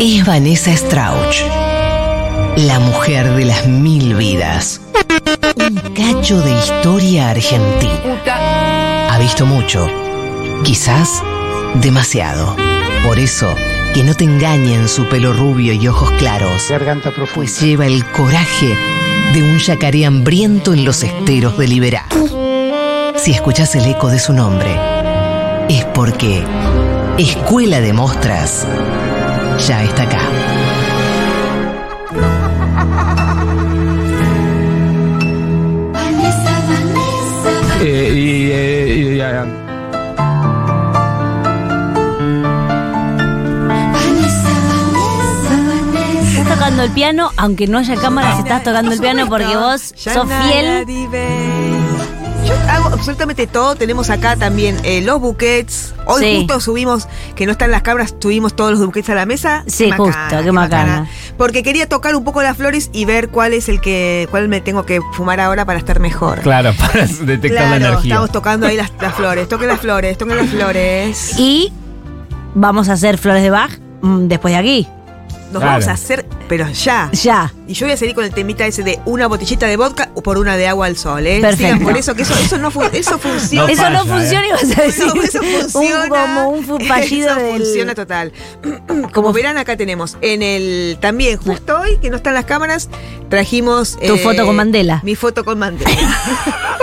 Es Vanessa Strauch, la mujer de las mil vidas. Un cacho de historia argentina. Ha visto mucho, quizás demasiado. Por eso, que no te engañen su pelo rubio y ojos claros. Garganta profunda. Pues lleva el coraje de un yacaré hambriento en los esteros de Liberá. Si escuchas el eco de su nombre, es porque Escuela de Mostras ya está acá. Eh, y, eh, y, eh, Estás tocando el piano, aunque no haya cámaras, estás tocando el piano porque vos sos fiel. Yo hago absolutamente todo. Tenemos acá también eh, los buquets. Hoy Sí. justo subimos, que no están las cabras, subimos todos los buquets a la mesa. Sí, justo, qué macana. Porque quería tocar un poco las flores y ver cuál es el que, cuál me tengo que fumar ahora para estar mejor. claro, para detectar la Claro, energía. estamos tocando ahí las, las flores. Toquen las flores, toquen las flores. Y vamos a hacer flores de Bach mm, después de aquí. Nos Claro. vamos a hacer, pero ya. Ya. Y yo voy a salir con el temita ese de una botellita de vodka por una de agua al sol, ¿eh? Perfecto. Sigan por eso, que eso, eso no fu- eso funciona. No eso falla, no funciona, y vas a decir. Eso, eh. eso un- funciona. como un fu- fallido Eso del- funciona total. Como verán, acá tenemos en el. También, justo hoy, que no están las cámaras, trajimos. eh, Tu foto con Mandela. Mi foto con Mandela.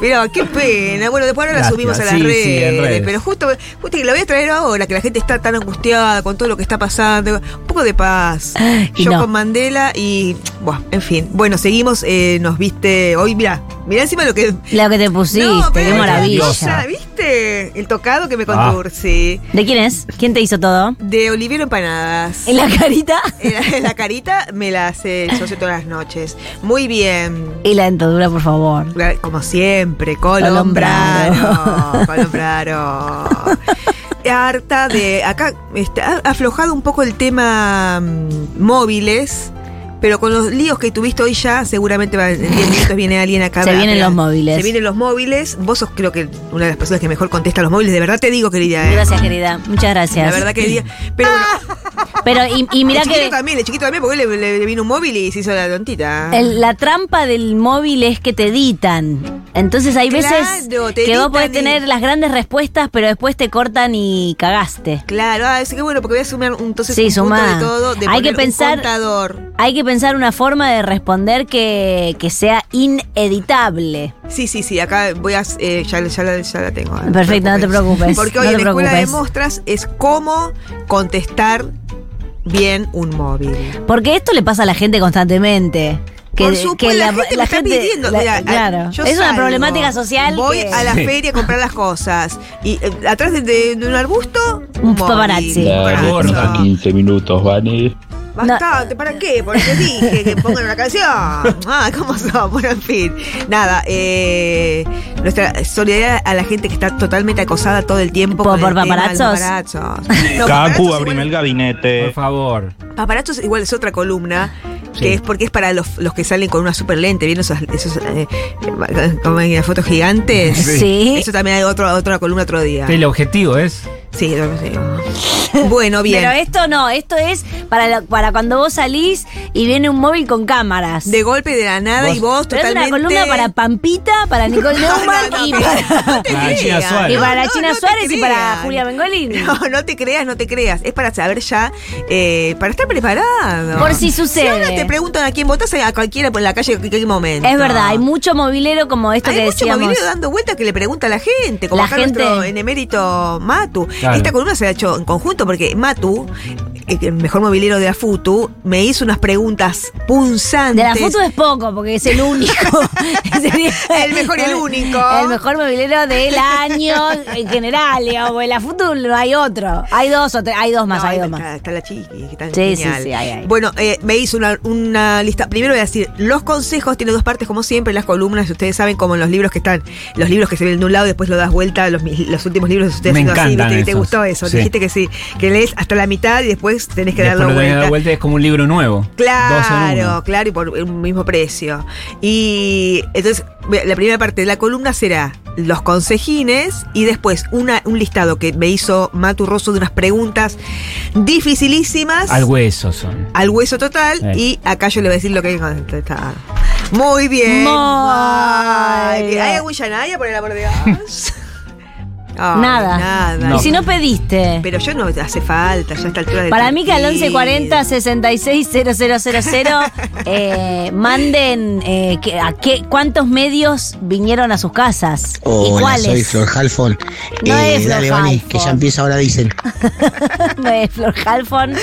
Pero qué pena. Bueno, después ahora la Lástima. subimos a las Sí, sí, redes, en redes. Pero justo, justo que la voy a traer ahora, que la gente está tan angustiada con todo lo que está pasando. Un poco de paz. Y Yo no. con Mandela y. Bueno, en fin. Bueno, seguimos. eh, nos viste hoy. Mirá, mirá encima lo que. Lo que te pusiste, qué pero maravilla. cosa, ¿Viste? El tocado que me Ah. contur, sí. ¿De quién es? ¿Quién te hizo todo? De Oliviero Empanadas. ¿En la carita? En la- en la carita me la hace el socio todas las noches. Muy bien. Y la dentadura, por favor. La- Como siempre, Colombrano. Colombrano. Colombrano. Harta de. Acá está, ha aflojado un poco el tema mm, móviles. Pero con los líos que tuviste hoy ya, seguramente va- en 10 minutos viene alguien acá. Se a- vienen a- los móviles. Se vienen los móviles. Vos sos creo que una de las personas que mejor contesta los móviles. De verdad te digo, querida. ¿eh? Gracias, querida. Muchas gracias. La verdad que diga. Pero bueno, Pero, y, y mirá el chiquito que. también, el chiquito también, porque le, le- le vino un móvil y se hizo la tontita. el- la trampa del móvil es que te editan. Entonces hay veces Claro, te que vos editan podés y- tener las grandes respuestas, pero después te cortan y cagaste. Claro, ah, así que bueno, porque voy a sumar un- entonces Sí, un punto sumá. de todo, de Hay que poner un pensar- contador. Hay que pensar una forma de responder que, que sea ineditable. Sí, sí, sí, acá voy a eh, ya, ya la- ya la tengo. eh, Perfecto, no te preocupes, Porque no hoy te en la escuela de preocupes. mostras es cómo contestar bien un móvil. Porque esto le pasa a la gente constantemente. Que, Por supuesto, que la, gente me está pidiendo. la- Mira, a- claro, yo es una salgo, problemática social. Voy que- a la Sí. feria a comprar las cosas. Y eh, atrás de, de- de un arbusto, Un móvil. paparazzi. Un La La paparazzi. gorda. gorda. 15 minutos, Vane. Bastante, ¿para qué? Porque dije que pongan una canción. Ah, ¿cómo son? Bueno, en fin. Nada, eh, nuestra solidaridad a la gente que está totalmente acosada todo el tiempo. ¿Por- con el por tema de los paparazos? paparazos. No, Cacu, abrime paparazos el igual- Por gabinete. favor. Paparazos igual es otra columna, Sí. que es porque es para los, los que salen con una super lente, ¿vieron esos, esos eh, eh, como hay las fotos gigantes? Sí. Eso también hay otro, otra columna otro día. El objetivo es. Sí, lo sé. Bueno, bien. Pero esto no, esto es para, la- para cuando vos salís y viene un móvil con cámaras. de golpe de la nada Vos- y vos Pero es totalmente... una columna para Pampita, para Nicole Neumann No, no, y no, para, Para creas. China Suárez. y para No, la no, China no te Suárez y para crean. Julia Bengolini. No, no te creas, no te creas. Es para saber ya, eh, para estar preparado. Por si Si ahora sucede. te preguntan a quién votas, a cualquiera por la calle en cualquier momento. es verdad, hay mucho movilero como esto Hay que mucho decíamos. movilero dando vueltas que le pregunta a la gente, como La acá gente- nuestro enemérito Matu. Claro. Esta columna se la ha hecho en conjunto porque Matu, eh, el mejor movilero de la FUTU, me hizo unas preguntas De la punzantes. foto es poco, porque es el único. Sería- El mejor y el único. El mejor movilero del año en general, digamos. En la foto no hay otro. Hay dos o tres- hay dos más, No, hay ahí dos más. Está, está la chiqui, que está Sí, sí, genial. sí, ahí, ahí. Bueno, eh, me hizo una, una lista. Primero voy a decir, los consejos tiene dos partes, como siempre, las columnas, ustedes saben, como en los libros que están, los libros que se ven de un lado y después lo das vuelta, los, mis- los últimos libros ustedes Me haciendo así, encantan viste que te esos. gustó eso, Sí. dijiste que sí, que lees hasta la mitad y después después tenés que Después darlo lo tenés que vuelta. dar vuelta y es como un libro nuevo. Dos en uno. Claro, claro, y por el mismo precio. Y entonces, ve- la primera parte de la columna será los consejines y después una, un listado que me hizo Matu Rosso de unas preguntas dificilísimas. Al hueso son. al hueso total Eh. y acá yo le voy a decir lo que hay que contestar. Muy bien. Muy Ay, bien. ¿Hay algún Yanaya por el amor de Dios? Ay, Nada. Nada. No. Y si no pediste. Pero yo no hace falta, ya a esta altura de Para mí que al partido. 1140 660000 eh, manden eh, que- a qué, cuántos medios vinieron a sus casas y Hola, cuáles. soy Flor Halfon. Eh, No Eh, es dale, Flor Vani, Halfon. que ya empieza ahora, dicen. No es Flor Halfon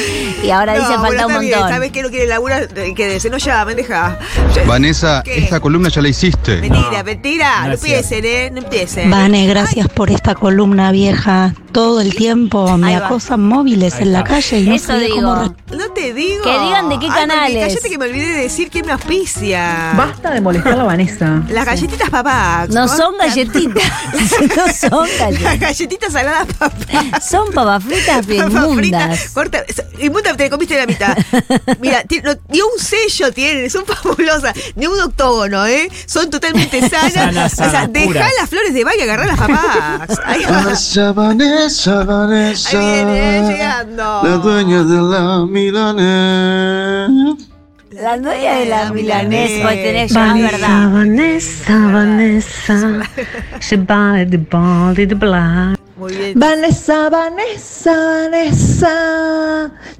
y ahora No, dice falta bueno, un está bien, montón. Sabes que no quiere laburar, eh, quédese. No llamen, deja. Yo- Vanessa, ¿Qué? esta columna ya la hiciste. Mentira, mentira. No No, es empiecen, ¿eh? No empiecen. Vane, gracias por esta columna vieja. Todo el tiempo me Ahí va. acosan móviles Ahí en la está. calle y no Eso sabía digo. cómo res- No te digo. Que digan de qué Ay, canales. me- Cállate que me olvidé de decir quién me auspicia. Basta de molestar a Vanessa. Las galletitas papá. No son galletitas, no son Las galletitas. galletitas saladas papá. Son papas fritas bien Papas fritas, inmundas. corta, es- inmunda te comiste la mitad. Mira, ti- no- ni un sello tienen, son fabulosas, ni un octógono, ¿eh? Son totalmente sanas. Sanas, o sea, sanas, dejá puras. las flores de vaca y agarrá las papás. Ahí va. Vanessa, Vanessa, Vanessa. Ahí viene, eh, llegando. La dueña de la Milanes. La novia de la milanesa. Pues tenés ya, es Vanessa, verdad. Vanessa, Vanessa. She buy the body, the black. Muy bien. Vanessa, Vanessa, Vanessa.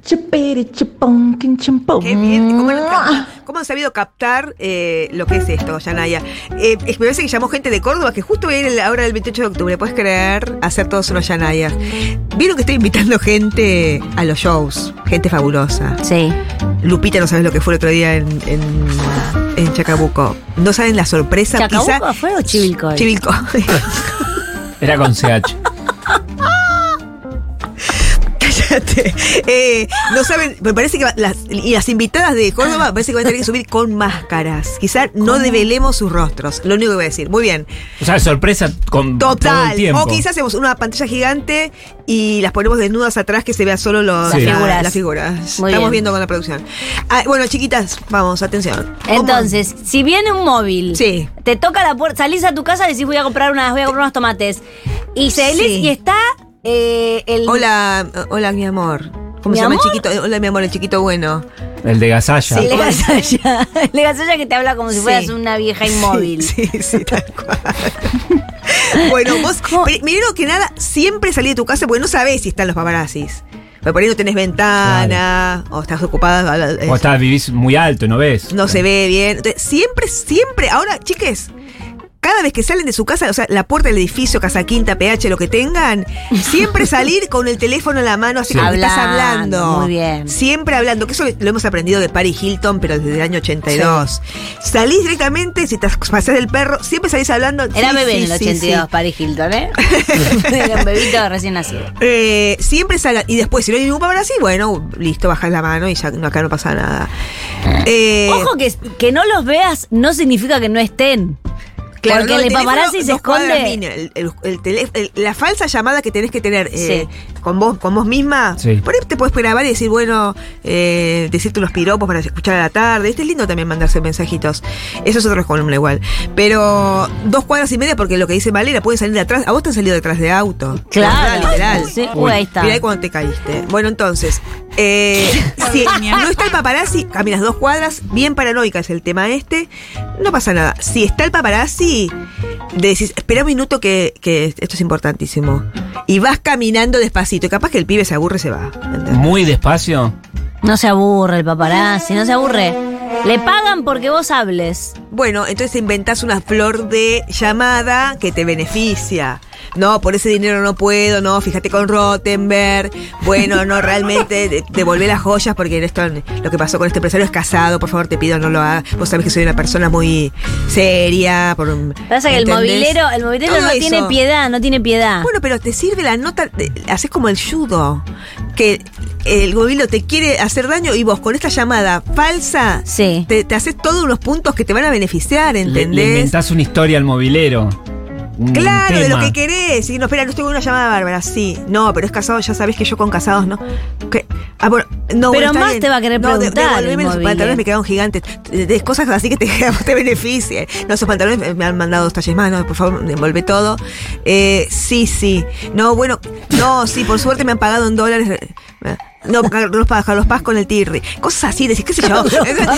Chipiri, chiponkin, chimpón. Qué bien. ¿Cómo, han cap- cómo han sabido captar eh, lo que es esto, Yanaya? Eh, es que me parece que llamó gente de Córdoba que justo va a ir el- ahora el 28 de octubre, ¿puedes creer? A hacer todos unos Yanayas. Vieron que estoy invitando gente a los shows, gente fabulosa. Sí. Lupita, no sabes lo que fue el otro día en, en, en Chacabuco. No saben la sorpresa, ¿Chacabuco quizá. fue o Chivilcoy? Chivilco. Era con CH. Cállate. Eh, no saben, me parece que va- las, y las invitadas de Córdoba me parece que van a tener que subir con máscaras. Quizá no develemos sus rostros. Lo único que voy a decir. Muy bien. O sea, sorpresa con todo el Total. tiempo. O quizás hacemos una pantalla gigante y las ponemos desnudas atrás que se vea solo los, Las la- figuras. las figuras. Muy bien. Estamos viendo con la producción. Ah, bueno, chiquitas, vamos, atención. ¿Cómo? Entonces, si viene un móvil, Sí. te toca la puerta, salís a tu casa y decís voy a comprar unas, voy a comprar unos tomates. Y salís Sí. y está eh, el Hola, eh, hola, mi amor. ¿Cómo ¿Mi se llama amor? el chiquito? Eh, Hola, mi amor, el chiquito bueno. El de Gasalla. el legasalla. El legasalla que te habla como si Sí. fueras una vieja inmóvil. Sí, sí, sí, tal cual. bueno, vos, ¿Cómo? pri- primero que nada, siempre salí de tu casa porque no sabés si están los paparazzis. Pero por ahí no tenés ventana, o estás ocupada, a la- O estás, vivís muy alto, ¿no ves? no se ve bien. Entonces, siempre, siempre, ahora, chiques. Cada vez que salen de su casa, o sea, la puerta del edificio, casa quinta, PH, lo que tengan, siempre salir con el teléfono en la mano, así Sí. como que estás Hablando, hablando. muy bien. Siempre hablando, que eso lo hemos aprendido de Paris Hilton, pero desde el año 82. Salís directamente, si te pasás del perro, siempre salís hablando. Era Sí, bebé sí, en el sí, 82, sí. Paris Hilton, ¿eh? Era un bebito recién nacido. Eh, siempre salgan. Y después, si no hay ningún paparazzi, bueno, listo, bajás la mano y ya no- acá no pasa nada. Eh, Ojo que, que no los veas no significa que no estén. Claro, porque no, el, teléfono paparazzi se dos cuadras esconde. mínimo, el- el- el telé- el- la falsa llamada que tenés que tener eh, con vos con vos misma. Sí. Por ahí te puedes grabar y decir, bueno, eh, decirte unos piropos para escuchar a la tarde. Este es lindo también mandarse mensajitos. Eso es otra columna igual. Pero dos cuadras y media, porque lo que dice Valera, pueden salir de atrás. A vos te han salido detrás de auto. Claro. Literal, literal. Sí, uy, ahí está. Mirá ahí cuando te caíste. Bueno, entonces, eh, si no está el paparazzi, caminas dos cuadras, bien paranoica es el tema este, no pasa nada. Si está el paparazzi, decís, espera un minuto que, que esto es importantísimo. Y vas caminando despacito, y capaz que el pibe se aburre y se va. ¿entendés? Muy despacio. No se aburre el paparazzi, no se aburre. Le pagan porque vos hables. Bueno, entonces te inventás una flor de llamada que te beneficia. No, por ese dinero no puedo, no, fíjate con Rottenberg. Bueno, no, realmente de- devolvé las joyas porque esto, lo que pasó con este empresario es casado, por favor te pido no lo hagas. Vos sabés que soy una persona muy seria. Por, un- Pasa que el ¿entendés? movilero, el movilero Todo no tiene eso. piedad, no tiene piedad. Bueno, pero te sirve la nota, de- haces como el judo, que el gobierno te quiere hacer daño y vos con esta llamada falsa Sí. te, te haces todos unos puntos que te van a beneficiar, Le, le ¿entendés? inventás una historia al movilero. Un Claro, de lo tema. que querés. Y no, espera, no estoy con una llamada bárbara. Sí, no, pero es casado, ya sabés que yo con casados no. ¿Qué? Ah, bueno, Pero no, bueno, está más bien. te va a querer No, de- preguntar el devolveme los móvil, pantalones, eh. me quedaron gigantes. De- de- cosas así que te, te beneficien. No, esos pantalones me- me han mandado dos talles más, no, por favor, devuelve todo. Eh, sí, sí. No, bueno, no, sí, por suerte me han pagado en dólares. No, Carlos Paz, Carlos Paz con el tirri. Cosas así, decís, qué sé yo.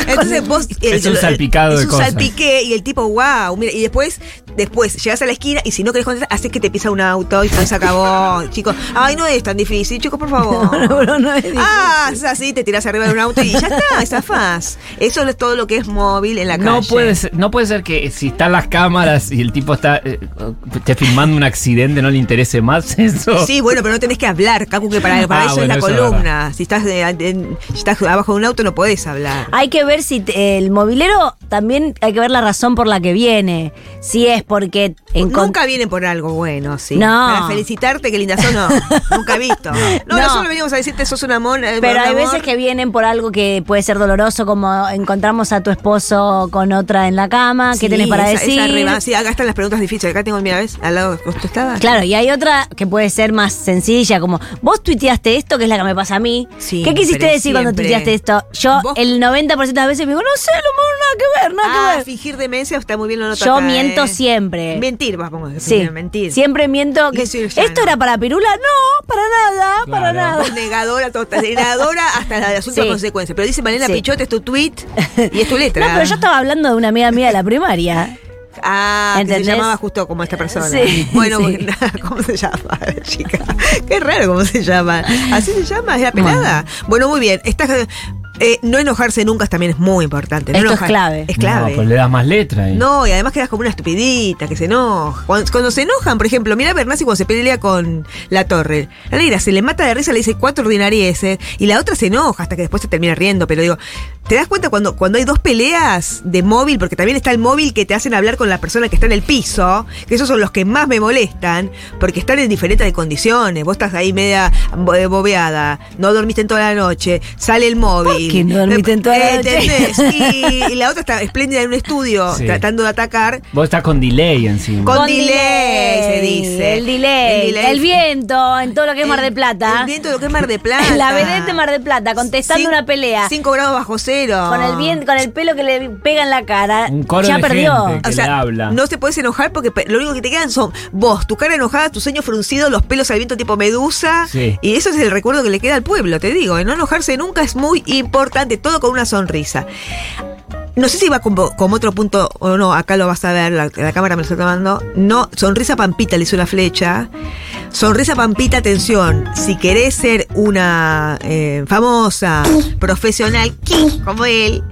Entonces vos. Es un salpicado es de un cosas. salpiqué y el tipo, wow. Mira, y después, después, llegas a la esquina y si no querés contestar, haces que te pisa un auto y se acabó. Chicos, ay, no es tan difícil, chicos, por favor. no, no es difícil. Ah, es así, te tiras arriba de un auto y ya está, zafás. Eso es todo lo que es móvil en la calle. No puede, ser, no puede ser que si están las cámaras y el tipo está, eh, esté filmando un accidente, no le interese más eso. Sí, bueno, pero no tenés que hablar, Cacu, que para, para Ah, eso bueno, es la eso es columna. si, estás de- en- si estás abajo de un auto no podés hablar. Hay que ver si te- el mobilero también hay que ver la razón por la que viene. Si es porque encon- Nunca vienen por algo bueno, sí. No. Para felicitarte, que linda sos, no. Nunca visto. No, No. nosotros venimos a decirte sos una mona. eh, Pero un hay amor. veces que vienen por algo que puede ser doloroso, como encontramos a tu esposo con otra en la cama, Ah, ¿qué Sí, tenés para esa- esa decir? reba- sí, acá están las preguntas difíciles. Acá tengo, mira, ¿ves? Al lado, ¿vos estabas? Claro, y hay otra que puede ser más sencilla, como vos tuiteaste esto, que es la que me pasa a mí. Sí, ¿Qué quisiste pero decir cuando siempre. tuiteaste esto? Yo, Vos- el 90% de las veces me digo, no sé, no, no, nada que ver, nada Ah, que ver. fingir demencia está muy bien lo noto Yo acá, miento eh. siempre. Mentir, vamos a Sí, decir, mentir. siempre miento que Liso y llano. esto era para pirula, no, para nada, para Claro. nada. Vos negadora, total, negadora hasta la de asunto Sí. de consecuencia. Pero dice Malena Sí. Pichote, es tu tweet y es tu letra. No, pero yo estaba hablando de una amiga mía de la primaria. Ah, que se ¿Entendés? llamaba justo como esta persona. Sí, bueno, sí. bueno, ¿cómo se llama, chica? Qué raro cómo se llama. ¿Así se llama? ¿Es la pelada? Bueno, muy bien. Estás, eh, no enojarse nunca también es muy importante. No Esto es enojar- clave. Es No, clave. pues le das más letra. ahí. No, y además quedas como una estupidita que se enoja. Cuando, cuando se enojan, por ejemplo, mira Bernasi cuando se pelea con la torre. La negra se le mata de risa, le dice cuatro ordinarieses, y la otra se enoja hasta que después se termina riendo. Pero digo, ¿te das cuenta cuando, cuando hay dos peleas de móvil? Porque también está el móvil que te hacen hablar con la persona que está en el piso, que esos son los que más me molestan, porque están en diferentes de condiciones. Vos estás ahí media bo- eh, bobeada, no dormiste en toda la noche, sale el móvil. Eh, qué no dormiste en toda la noche? ¿Entendés? Y, y la otra está espléndida en un estudio, Sí. tratando tratando de atacar. Vos estás con delay encima. Con- delay, se dice. El delay, el, El delay. viento, en todo lo que es Mar de Plata. El viento de lo que es Mar de Plata. La vedette de Mar de Plata, contestando Cin- una pelea. Cinco grados bajo cero. Con el vien- con el pelo que le pega en la cara. Un coro ya de perdió. gente. que le habla. no te puedes enojar porque pe- lo único que te quedan son vos, tu cara enojada, tus sueños fruncidos, los pelos al viento tipo medusa. Sí. Y eso es el recuerdo que le queda al pueblo, te digo. eh, No enojarse nunca es muy importante, todo con una sonrisa. No sé si va como, como otro punto o no, acá lo vas a ver, la, la cámara me lo está tomando. No, sonrisa pampita, le hizo una flecha. Sonrisa Pampita, atención. Si querés ser una eh, famosa profesional como él,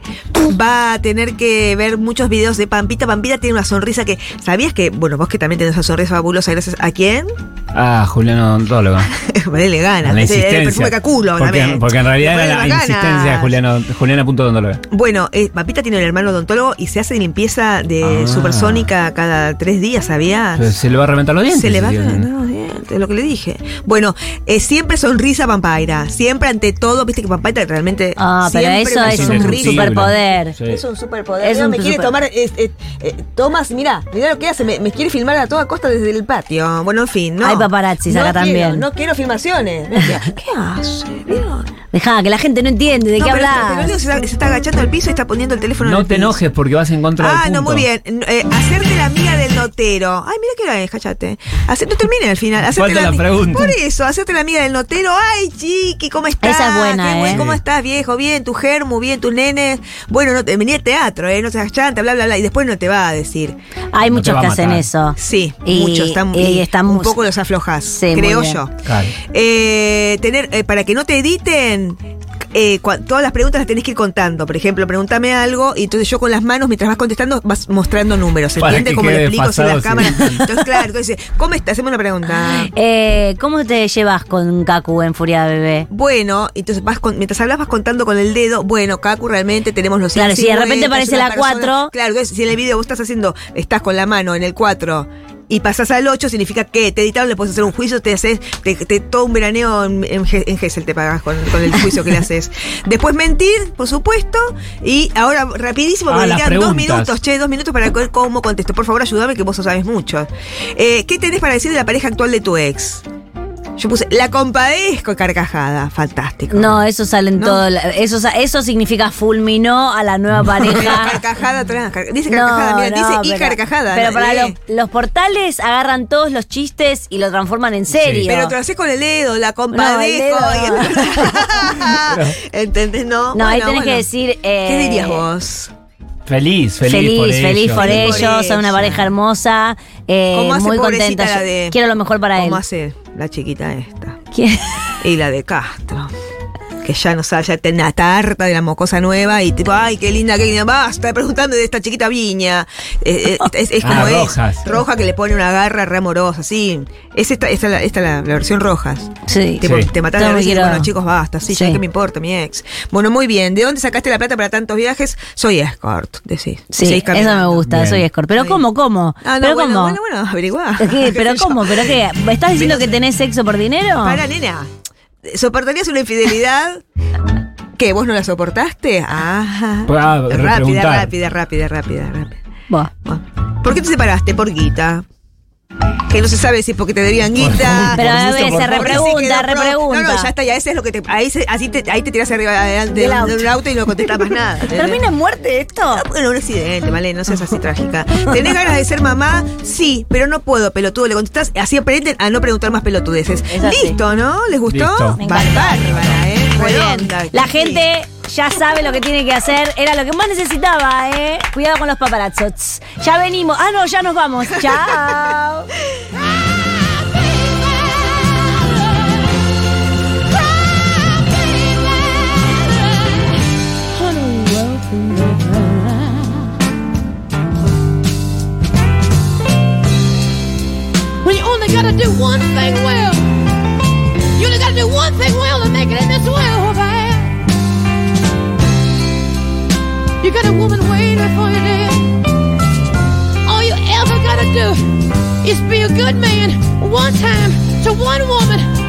va a tener que ver muchos videos de Pampita. Pampita tiene una sonrisa que. ¿Sabías que? Bueno, vos que también tenés una sonrisa fabulosa, gracias a quién? Ah, Juliano Odontólogo. Ponele ganas. A la Ese era El insistencia. perfume caculo porque, también. porque en realidad Le era la ponele más insistencia de ganas. Juliano, Juliana punto odontóloga. Bueno, eh, Pampita tiene un hermano odontólogo y se hace limpieza de Ah. supersónica cada tres días, ¿sabías? Se- Se le va a reventar los dientes. Se le va a si caer, quieren. no, dientes, lo que le dije. Bueno, eh, siempre sonrisa Pampaira. Siempre ante todo, viste que Pampaira realmente. Ah, pero siempre eso una es un sonrisa. Indestructible. superpoder. Sí. Es un superpoder. Es Mira, un me quiere super- tomar. es- es- eh, Tomás, mirá, mirá lo que hace. Me, me quiere filmar a toda costa desde el patio. Bueno, en fin, ¿no? Hay paparazzis No acá quiero, también. No quiero filmaciones. No quiero- ¿Qué hace? ¿Vieron? Dejá, que la gente no entiende de No, qué pero está- hablas. pero digo, se, está, se está agachando al piso y está poniendo el teléfono en No el te piso. enojes porque vas en contra del Ah, punto. no, muy bien. Eh, hacerte la amiga del notero. Ay, mira que hora es, cállate. Hacer- no termine al final. Hacerte Falta la ami- pregunta. Por eso, hacerte la amiga del notero. Ay, chiqui, ¿cómo estás? Esa es buena, Qué ¿eh? ¿Cómo Sí. estás, viejo? Bien, tu germu, bien, tus nenes. Bueno, no te, vení al teatro, ¿eh? No seas chanta, bla, bla, bla. Y después no te va a decir. Hay No te muchos va a que hacen matar. eso. Sí, Y- muchos. Están, y están un mus- poco los aflojas, Sí, muy creo bien. yo. Claro. Eh, tener, eh, para que no te editen, eh, cua- todas las preguntas las tenés que ir contando. Por ejemplo, pregúntame algo y entonces yo con las manos, mientras vas contestando, vas mostrando números. Para ¿Entiendes que cómo lo quede explico sin las pasado, sí. cámaras? Entonces, claro, entonces, ¿cómo estás? Hacemos una pregunta. Eh, ¿Cómo te llevas con Kaku en Furia Bebé? Bueno, entonces vas con- mientras hablas vas contando con el dedo, bueno, Kaku, realmente tenemos los Claro, si de repente aparece la cuatro. cuatro Claro, que si en el video vos estás haciendo, estás con la mano en el 4 y pasás al 8, significa que te editaron, le puedes hacer un juicio, te haces te, te- todo un veraneo en, en, Ge- en Gesell te pagás con, con el juicio que le haces. Después mentir, por supuesto, y ahora rapidísimo, Ah, porque me las quedan dos preguntas. minutos, che, dos minutos para ver cómo contesto. Por favor, ayúdame que vos sabés mucho. Eh, ¿Qué tenés para decir de la pareja actual de tu ex? Yo puse, la compadezco carcajada. Fantástico. No, eso sale en No. todo. la- Eso, sa- eso significa fulminó a la nueva pareja. Carcajada, atrás, car- dice carcajada, mira, dice y pero- carcajada. eh, Pero la- para lee. los, los portales agarran todos los chistes y lo transforman en serio. Pero te lo haces con el dedo, la compadezco. No, el dedo y- ¿Entendés? No, no, ahí Bueno, tenés bueno. que decir. eh, ¿Qué dirías vos? Feliz, feliz, Feliz, por feliz ello. por Feliz ellos, por son una ella. pareja hermosa, eh, ¿Cómo hace muy pobrecita contenta. la Yo de- Quiero lo mejor para él. ¿Cómo hace la chiquita esta? Quiero- Y la de Castro. Que ya no sabe, ya tiene la tarta de la mocosa nueva y tipo, ay, qué linda, qué linda, basta, preguntando de esta chiquita viña. Eh, eh, es, es Ah, como es. Rojas. Roja que le pone una garra re amorosa, sí. Es esta, esta, la- esta la, la versión Rojas. Sí. Tipo, Sí. te mataron No a me veces y quiero- bueno, chicos, basta, sí, Sí. ya que me importa, mi ex. Bueno, muy bien, ¿de dónde sacaste la plata para tantos viajes? Soy escort, decís. Sí, eso Seguís me caminando. gusta, Bien. soy escort. Pero Ahí. ¿cómo, cómo? Ah, no, pero bueno, ¿cómo? bueno, bueno, averiguá. ¿Qué? ¿Pero Qué sé yo. cómo? ¿Pero qué? ¿Me estás diciendo que tenés sexo por Ah. dinero? Para, nena. ¿Soportarías una infidelidad que vos no la soportaste? Ah, Ah, rápida, repreguntar. rápida, rápida, rápida, rápida. Buah. Bueno, ¿Por qué te separaste? Por guita. Que no se sabe si es porque te debían guita. Pero Por a supuesto, por veces se favor. porque se repregunta, quedó pro- repregunta. No, no, ya está, ya ese es lo que te. Ahí, se- así te, ahí te tiras arriba de, de- Del de auto. un auto y no contestas más nada. ¿entendés? ¿Termina en muerte esto? Ah, Bueno, un accidente, ¿vale? No seas así trágica. ¿Tenés ganas de ser mamá? Sí, pero no puedo, pelotudo. Le contestás, así aprenden a no preguntar más pelotudeces. Es así. Listo, ¿no? ¿Les gustó? Listo. Me encantó. Bárbara, ¿eh? Muy bien. Redonda. La Sí. gente ya sabe lo que tiene que hacer. Era lo que más necesitaba, ¿eh? Cuidado con los paparazzos. Ya venimos. Ah, no, ya nos vamos. Chao. When you only gotta do one thing well, you only gotta do one thing well to make it in this world, man. You got a woman waiting for you there. All you ever gotta do is be a good man one time to one woman